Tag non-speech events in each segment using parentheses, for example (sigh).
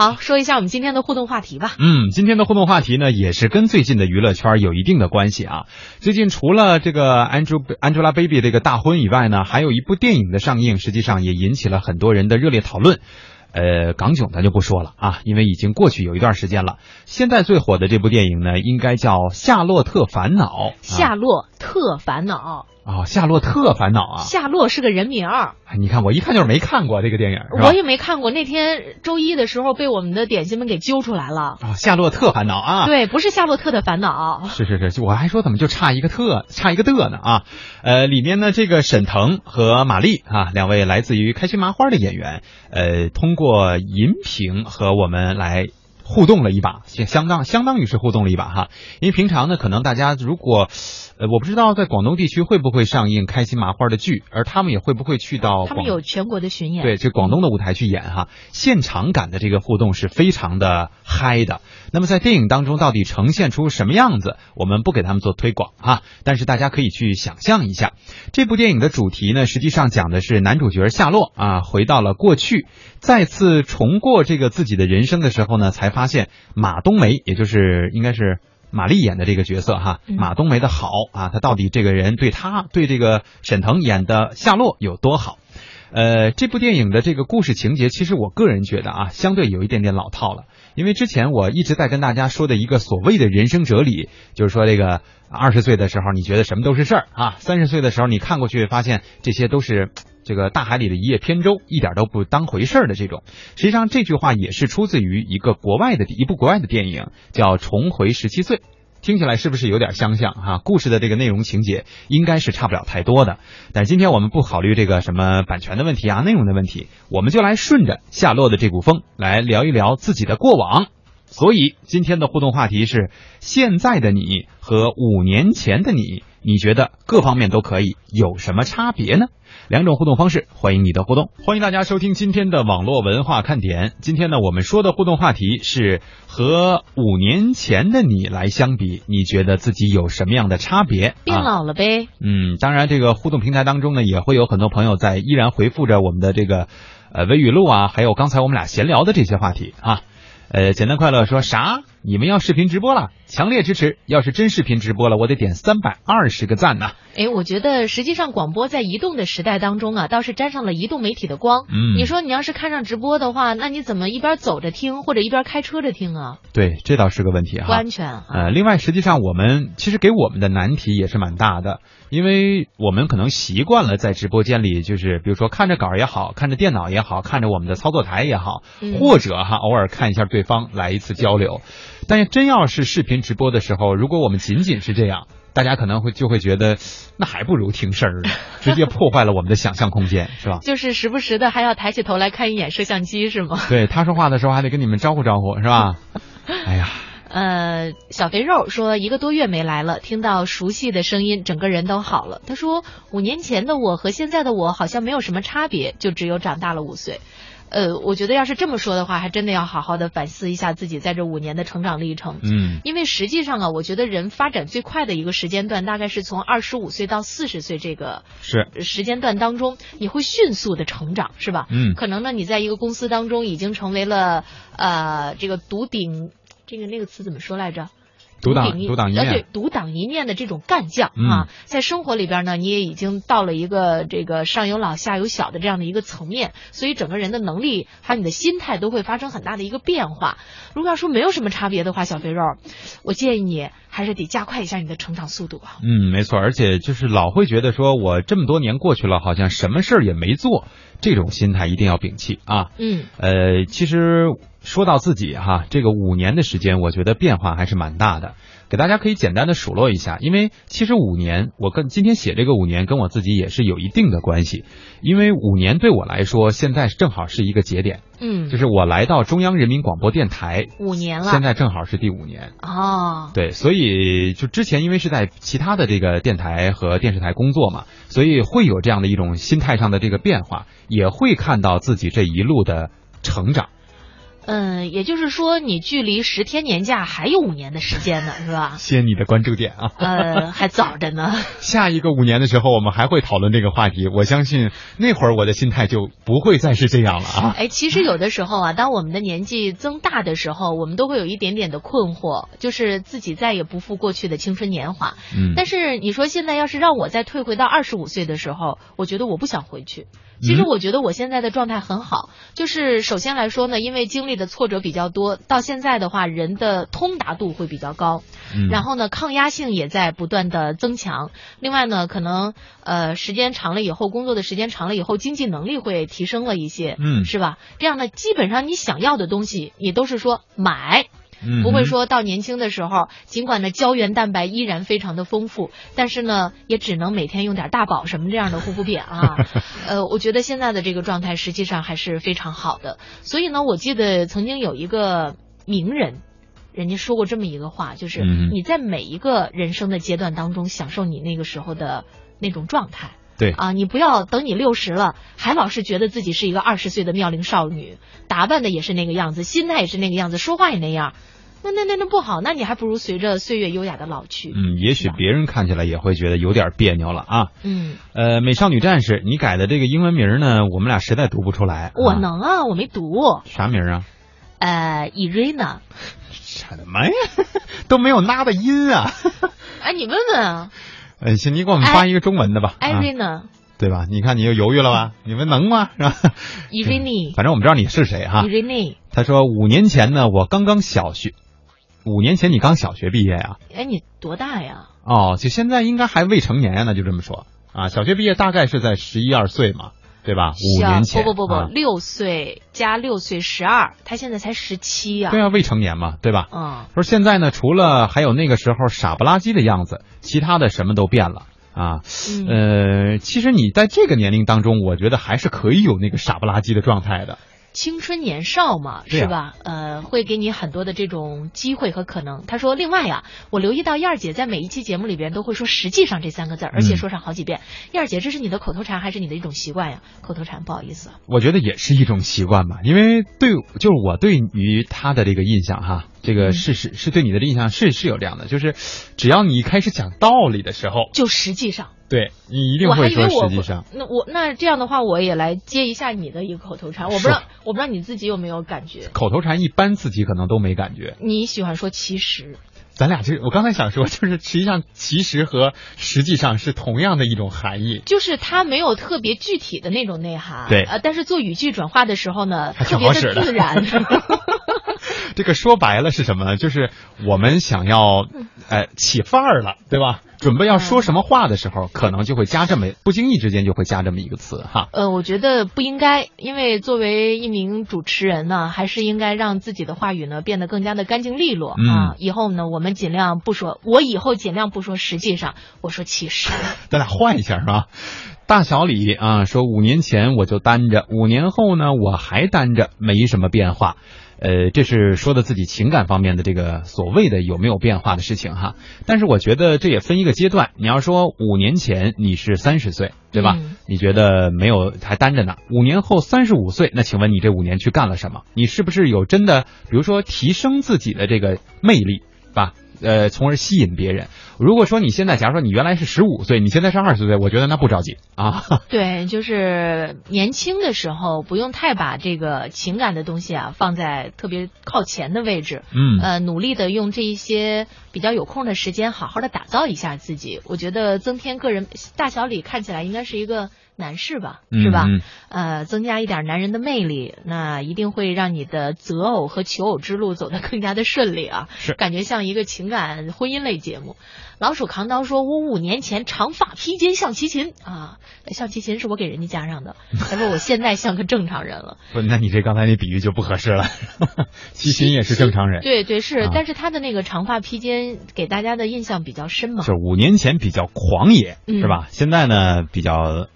好，说一下我们今天的互动话题吧。嗯，今天的互动话题呢，也是跟最近的娱乐圈有一定的关系啊。最近除了这个 Angel Angelababy 这个大婚以外呢，还有一部电影的上映，实际上也引起了很多人的热烈讨论。呃，港囧咱就不说了啊，因为已经过去有一段时间了。现在最火的这部电影呢，应该叫《夏洛特烦恼》啊。夏洛特烦恼，啊，夏洛特烦恼啊！夏洛是个人名儿，哎你看我一看就是没看过这个电影，是吧我也没看过。那天周一的时候被我们的点心们给揪出来了。啊，夏洛特烦恼啊。对，不是夏洛特的烦恼，是是是，就我还说怎么就差一个特，差一个的呢啊？呃，里面呢这个沈腾和马丽啊，两位来自于开心麻花的演员，呃，通过荧屏和我们来。互动了一把，相相当相当于是互动了一把哈，因为平常呢，可能大家如果，呃，我不知道在广东地区会不会上映开心麻花的剧，而他们也会不会去到他们广有全国的巡演。对，这广东的舞台去演哈，现场感的这个互动是非常的嗨的。那么在电影当中到底呈现出什么样子，我们不给他们做推广啊，但是大家可以去想象一下。这部电影的主题呢，实际上讲的是男主角夏洛啊，回到了过去，再次重过这个自己的人生的时候呢，才发现马冬梅，也就是应该是。马丽演的这个角色哈，嗯马冬梅的好啊，她到底这个人对她对这个沈腾演的夏洛有多好？呃，这部电影的这个故事情节，其实我个人觉得啊，相对有一点点老套了。因为之前我一直在跟大家说的一个所谓的人生哲理，就是说这个二十岁的时候你觉得什么都是事儿啊，三十岁的时候你看过去发现这些都是这个大海里的一叶扁舟，一点都不当回事儿的这种。实际上这句话也是出自于一个国外的一部国外的电影，叫《重回十七岁》。听起来是不是有点相像哈、故事的这个内容情节应该是差不了太多的。但今天我们不考虑这个什么版权的问题啊、内容的问题，我们就来顺着夏洛的这股风来聊一聊自己的过往。所以今天的互动话题是：现在的你和五年前的你，你觉得各方面都可以有什么差别呢？两种互动方式，欢迎你的互动。欢迎大家收听今天的网络文化看点。今天呢，我们说的互动话题是和五年前的你来相比，你觉得自己有什么样的差别？变啊老了呗，嗯，当然，这个互动平台当中呢，也会有很多朋友在依然回复着我们的这个呃微语录啊，还有刚才我们俩闲聊的这些话题啊。呃，简单快乐说啥？你们要视频直播了？强烈支持！要是真视频直播了，我得点三百二十个赞呐、哎，我觉得实际上广播在移动的时代当中啊，倒是沾上了移动媒体的光。嗯，你说你要是看上直播的话，那你怎么一边走着听，或者一边开车着听啊？对，这倒是个问题哈。不安全啊！呃，另外，实际上我们其实给我们的难题也是蛮大的，因为我们可能习惯了在直播间里，就是比如说看着稿儿也好，看着电脑也好，看着我们的操作台也好，嗯或者哈偶尔看一下对方来一次交流。但是真要是视频直播的时候，如果我们仅仅是这样，大家可能会就会觉得那还不如听声儿呢，直接破坏了我们的想象空间，是吧？就是时不时的还要抬起头来看一眼摄像机是吗？对他说话的时候还得跟你们招呼招呼，是吧？哎呀，呃，小肥肉说一个多月没来了，听到熟悉的声音，整个人都好了。他说五年前的我和现在的我好像没有什么差别，就只有长大了五岁。呃，我觉得要是这么说的话，还真的要好好的反思一下自己在这五年的成长历程。嗯。因为实际上啊，我觉得人发展最快的一个时间段，大概是从二十五岁到四十岁这个是时间段当中，你会迅速的成长，是吧？嗯可能呢，你在一个公司当中已经成为了呃这个独顶，这个那个词怎么说来着？独当顶独当一呃面对，独当一面的这种干将、嗯啊，在生活里边呢，你也已经到了一个这个上有老下有小的这样的一个层面，所以整个人的能力还有你的心态都会发生很大的一个变化。如果要说没有什么差别的话，小肥肉，我建议你还是得加快一下你的成长速度啊。嗯，没错，而且就是老会觉得说，我这么多年过去了，好像什么事儿也没做，这种心态一定要摒弃啊。嗯，呃，其实说到自己哈，这个五年的时间，我觉得变化还是蛮大的。给大家可以简单的数落一下，因为其实五年，我跟今天写这个五年跟我自己也是有一定的关系，因为五年对我来说，现在正好是一个节点，就嗯，是我来到中央人民广播电台，五年了现在正好是第五年。哦，对，所以就之前因为是在其他的这个电台和电视台工作嘛，所以会有这样的一种心态上的这个变化，也会看到自己这一路的成长。嗯，也就是说，你距离十天年假还有五年的时间呢，是 (laughs) 吧？谢谢你的关注点啊！呃，还早着呢。下一个五年的时候，我们还会讨论这个话题。我相信那会儿我的心态就不会再是这样了啊！哎，其实有的时候啊，当我们的年纪增大的时候，我们都会有一点点的困惑，就是自己再也不复过去的青春年华。嗯，但是你说现在要是让我再退回到二十五岁的时候，我觉得我不想回去。嗯其实我觉得我现在的状态很好，就是首先来说呢，因为经历的挫折比较多，到现在的话，人的通达度会比较高，嗯然后呢，抗压性也在不断的增强。另外呢，可能呃时间长了以后，工作的时间长了以后，经济能力会提升了一些，嗯是吧？这样呢，基本上你想要的东西，也都是说买。嗯不会说到年轻的时候，尽管呢胶原蛋白依然非常的丰富，但是呢也只能每天用点大宝什么这样的护肤品 (laughs) 啊。呃，我觉得现在的这个状态实际上还是非常好的。所以呢，我记得曾经有一个名人。人家说过这么一个话，就是嗯你在每一个人生的阶段当中，享受你那个时候的那种状态。对啊，你不要等你六十了，还老是觉得自己是一个二十岁的妙龄少女，打扮的也是那个样子，心态也是那个样子，说话也那样，那那那那不好，那你还不如随着岁月优雅的老去。嗯，也许别人看起来也会觉得有点别扭了啊。嗯，呃，美少女战士，你改的这个英文名儿呢，我们俩实在读不出来。啊我？能啊，我没读。啥名儿啊？呃，Irina，什么呀？ (laughs) 都没有拉的 (laughs) 音啊！哎，你问问啊呃，行，你给我们发一个中文的吧，哎啊， ，Irina，Irini，对吧？你看你又犹豫了吧？你们能吗？ (laughs) 是吧？反正我们知道你是谁哈、 Irini，他说五年前呢，我刚刚小学，五年前你刚小学毕业呀、哎，你多大呀？哦，就现在应该还未成年呀、那就这么说啊。小学毕业大概是在十一二岁嘛，对吧？五小年前不不不不，啊六、岁加六岁十二，他现在才十七啊。对啊，啊未成年嘛，对吧？嗯，说现在呢，除了还有那个时候傻不拉几的样子，其他的什么都变了啊。嗯呃，其实你在这个年龄当中，我觉得还是可以有那个傻不拉几的状态的。青春年少嘛，对啊是吧？呃，会给你很多的这种机会和可能。他说，另外呀、我留意到燕儿姐在每一期节目里边都会说“实际上”这三个嗯字儿，而且说上好几遍。燕儿姐，这是你的口头禅还是你的一种习惯呀？口头禅，不好意思啊。我觉得也是一种习惯吧，因为对，就是我对于他的这个印象哈，这个嗯是是是对你的印象是是有这样的，就是只要你开始讲道理的时候，就实际上，对你一定我还会以为说我实际上，那我那这样的话，我也来接一下你的一个口头禅。我不知道是，我不知道你自己有没有感觉，口头禅一般自己可能都没感觉。你喜欢说其实。咱俩这我刚才想说，就是实际上其实和实际上是同样的一种含义。就是它没有特别具体的那种内涵，对呃，但是做语句转化的时候呢，还特挺别好使的自然。 (laughs) 这个说白了是什么呢？就是我们想要，呃，起范儿了，对吧？准备要说什么话的时候，可能就会加这么，不经意之间就会加这么一个词哈。呃，我觉得不应该，因为作为一名主持人呢，还是应该让自己的话语呢变得更加的干净利落、嗯啊。以后呢，我们尽量不说，我以后尽量不说，实际上我说其 (laughs) 实，咱俩换一下是吧？大小李啊，说五年前我就单着，五年后呢我还单着，没什么变化。呃，这是说的自己情感方面的这个所谓的有没有变化的事情哈。但是我觉得这也分一个阶段。你要说五年前你是三十岁，对吧？嗯你觉得没有还单着呢？五年后三十五岁，那请问你这五年去干了什么？你是不是有真的，比如说提升自己的这个魅力，吧？呃，从而吸引别人。如果说你现在，假如说你原来是十五岁，你现在是二十岁，我觉得那不着急啊。 (laughs) 对，就是年轻的时候不用太把这个情感的东西啊放在特别靠前的位置，嗯呃，努力的用这一些比较有空的时间，好好的打造一下自己。我觉得增添个人，大小李看起来应该是一个男士吧，是吧？嗯呃，增加一点男人的魅力，那一定会让你的择偶和求偶之路走得更加的顺利啊。是感觉像一个情感婚姻类节目。老鼠扛刀说：“我五年前长发披肩象棋琴啊，象棋琴是我给人家加上 (laughs) 的。他说我现在像个正常人了。”不，那你这刚才那比喻就不合适了。 (laughs) 西秦也是正常人，对对是，啊但是他的那个长发披肩给大家的印象比较深嘛就，是五年前比较狂野，啊嗯是吧？现在呢比较，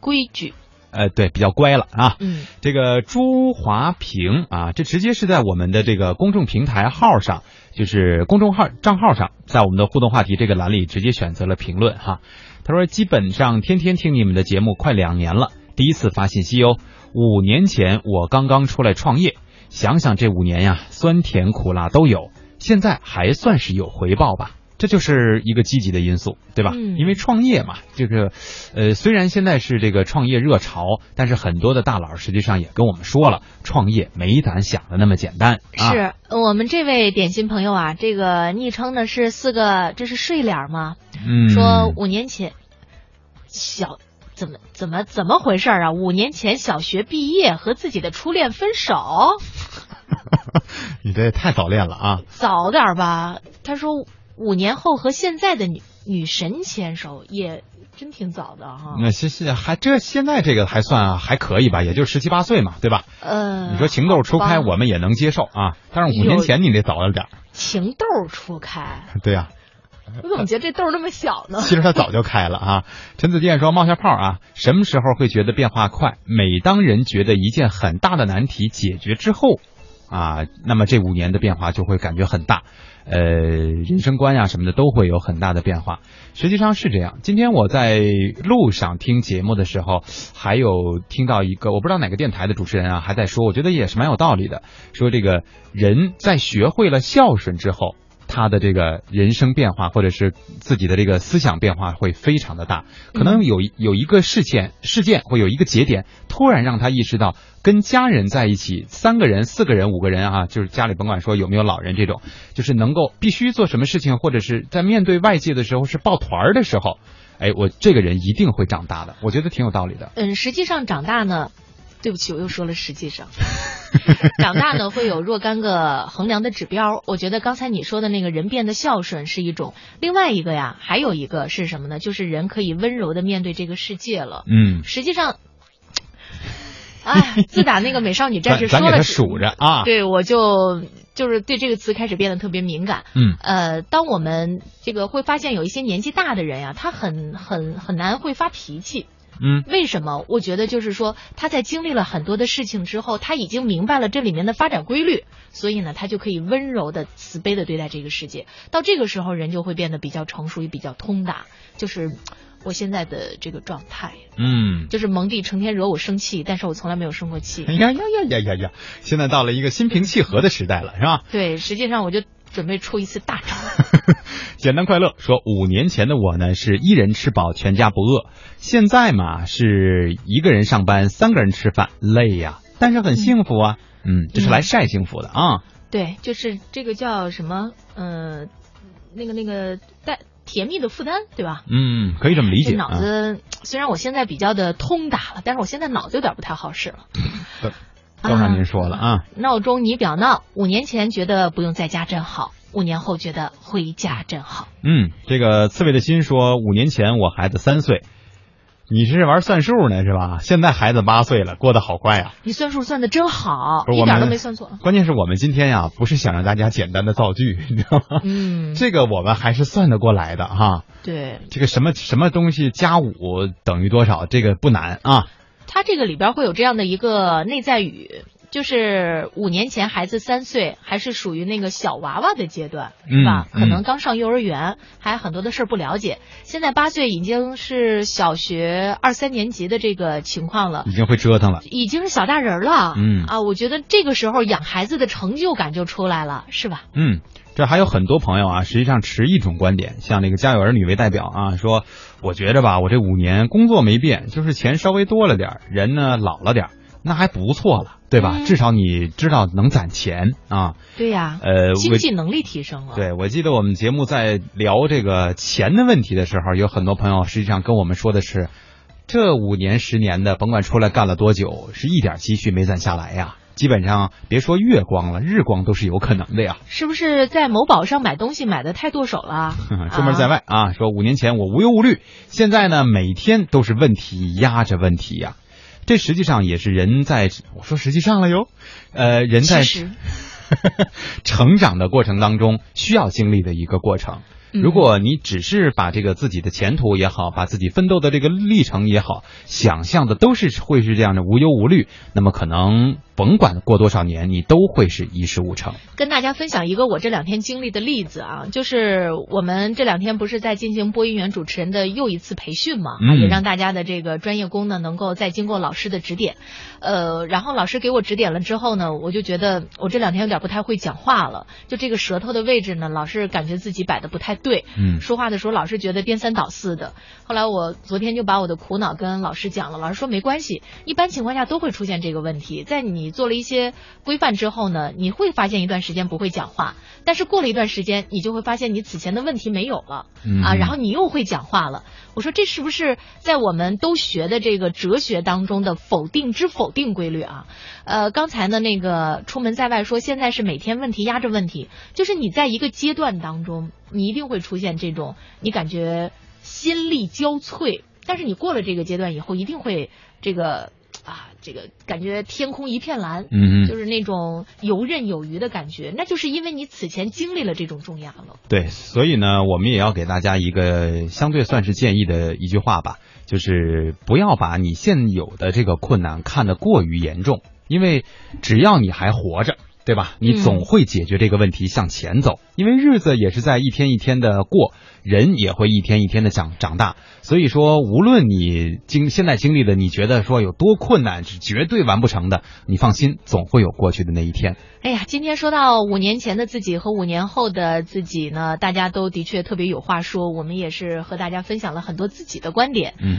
规矩，呃，对，比较乖了啊。嗯这个朱华平啊，这直接是在我们的这个公众平台号上，就是公众号账号上，在我们的互动话题这个栏里直接选择了评论哈。他说，基本上天天听你们的节目快两年了，第一次发信息哦。五年前我刚刚出来创业，想想这五年呀，酸甜苦辣都有，现在还算是有回报吧。这就是一个积极的因素，对吧？嗯因为创业嘛，这个，呃，虽然现在是这个创业热潮，但是很多的大佬实际上也跟我们说了，创业没咱想的那么简单。啊、是呃我们这位点心朋友啊，这个昵称呢是四个，这是睡脸儿吗？嗯，说五年前小怎么怎么怎么回事儿啊？五年前小学毕业和自己的初恋分手，你这也太早恋了啊！早点儿吧。他说五年后和现在的女女神牵手，也真挺早的哈、那现现还这现在这个还算还可以吧，也就十七八岁嘛，对吧？呃，你说情窦初开，好吧我们也能接受啊。但是五年前你得早了点儿，情窦初开，对啊呀、我怎么觉得这窦儿那么小呢？ (laughs) 其实它早就开了啊。陈子健说：“冒下泡啊，什么时候会觉得变化快？每当人觉得一件很大的难题解决之后，啊，那么这五年的变化就会感觉很大，呃，人生观呀、什么的都会有很大的变化。实际上是这样。今天我在路上听节目的时候，还有听到一个我不知道哪个电台的主持人啊，还在说，我觉得也是蛮有道理的，说这个人在学会了孝顺之后。他的这个人生变化，或者是自己的这个思想变化会非常的大，可能有一有一个事件事件会有一个节点，突然让他意识到跟家人在一起，三个人、四个人、五个人啊，就是家里甭管说有没有老人这种，就是能够必须做什么事情，或者是在面对外界的时候是抱团儿的时候，哎，我这个人一定会长大的，我觉得挺有道理的。嗯，实际上长大呢，对不起，我又说了实际 (laughs) 上，长大呢会有若干个衡量的指标。我觉得刚才你说的那个人变得孝顺是一种，另外一个呀，还有一个是什么呢？就是人可以温柔的面对这个世界了。嗯，实际上，哎，自打那个美少女战咱士说咱给了他之，数着啊，对我就就是对这个词开始变得特别敏感。嗯呃，当我们这个会发现有一些年纪大的人呀、他很很很难会发脾气。嗯为什么？我觉得就是说，他在经历了很多的事情之后，他已经明白了这里面的发展规律，所以呢，他就可以温柔的、慈悲的对待这个世界。到这个时候，人就会变得比较成熟，也比较通达。就是我现在的这个状态，嗯。就是蒙蒂成天惹我生气，但是我从来没有生过气哎。呀呀呀呀呀呀！现在到了一个心平气和的时代了，是吧？对，实际上我就准备出一次大招。简单快乐说，五年前的我呢是一人吃饱全家不饿，现在嘛是一个人上班三个人吃饭，累呀、但是很幸福啊。嗯，这是来晒幸福的啊。对，就是这个叫什么？呃，那个那个带甜蜜的负担，对吧？嗯，可以这么理这解脑啊。子虽然我现在比较的通达了，但是我现在脑子有点不太好使了。都让嗯您说了啊。闹钟你表闹，五年前觉得不用在家真好，五年后觉得回家真好。嗯，这个刺猬的心说，五年前我孩子三岁，你是玩算术呢是吧？现在孩子八岁了，过得好快呀、你算数算的真好，不是一我点们都没算错。关键是我们今天呀、不是想让大家简单的造句， (laughs) 你知道吗？嗯，这个我们还是算得过来的哈、对，这个什么什么东西加五等于多少？这个不难啊。它这个里边会有这样的一个内在语，就是五年前孩子三岁，还是属于那个小娃娃的阶段，是吧？嗯可能刚上幼儿园，还很多的事儿不了解。现在八岁已经是小学二三年级的这个情况了。已经会折腾了。已经是小大人了，嗯啊，我觉得这个时候养孩子的成就感就出来了，是吧？嗯，这还有很多朋友啊，实际上持一种观点，像那个家有儿女为代表啊，说我觉着吧，我这五年工作没变，就是钱稍微多了点儿，人呢老了点儿，那还不错了，对吧？嗯至少你知道能攒钱啊。对呀、呃，经我济能力提升了，，对，我记得我们节目在聊这个钱的问题的时候，有很多朋友实际上跟我们说的是，这五年十年的，甭管出来干了多久，是一点积蓄没攒下来呀。基本上别说月光了，日光都是有可能的呀。是不是在某宝上买东西买的太剁手了？出门在外啊， (laughs) 说五年前我无忧无虑，现在呢每天都是问题压着问题呀。这实际上也是人在，我说实际上了哟，呃，人在其 (laughs) 实成长的过程当中需要经历的一个过程。嗯如果你只是把这个自己的前途也好，把自己奋斗的这个历程也好，想象的都是会是这样的无忧无虑，那么可能甭管过多少年，你都会是一事无成。跟大家分享一个我这两天经历的例子啊，就是我们这两天不是在进行播音员主持人的又一次培训嘛，啊嗯也让大家的这个专业功呢能够再经过老师的指点，呃，然后老师给我指点了之后呢，我就觉得我这两天有点不太会讲话了，就这个舌头的位置呢，老是感觉自己摆的不太对，嗯说话的时候老是觉得颠三倒四的。后来我昨天就把我的苦恼跟老师讲了，老师说没关系，一般情况下都会出现这个问题。在你做了一些规范之后呢，你会发现一段时间不会讲话，但是过了一段时间，你就会发现你此前的问题没有了嗯啊，然后你又会讲话了。我说这是不是在我们都学的这个哲学当中的否定之否定规律啊？呃，刚才呢那个出门在外说，现在是每天问题压着问题，就是你在一个阶段当中，你一定会出现这种你感觉心力交瘁，但是你过了这个阶段以后，一定会这个啊这个感觉天空一片蓝。嗯就是那种游刃有余的感觉，那就是因为你此前经历了这种重压了。对，所以呢，我们也要给大家一个相对算是建议的一句话吧，就是不要把你现有的这个困难看得过于严重，因为只要你还活着。对吧？你总会解决这个问题，向前走。因为日子也是在一天一天的过，人也会一天一天的长长大。所以说，无论你经现在经历的，你觉得说有多困难，是绝对完不成的。你放心，总会有过去的那一天。哎呀，今天说到五年前的自己和五年后的自己呢，大家都的确特别有话说，我们也是和大家分享了很多自己的观点。嗯，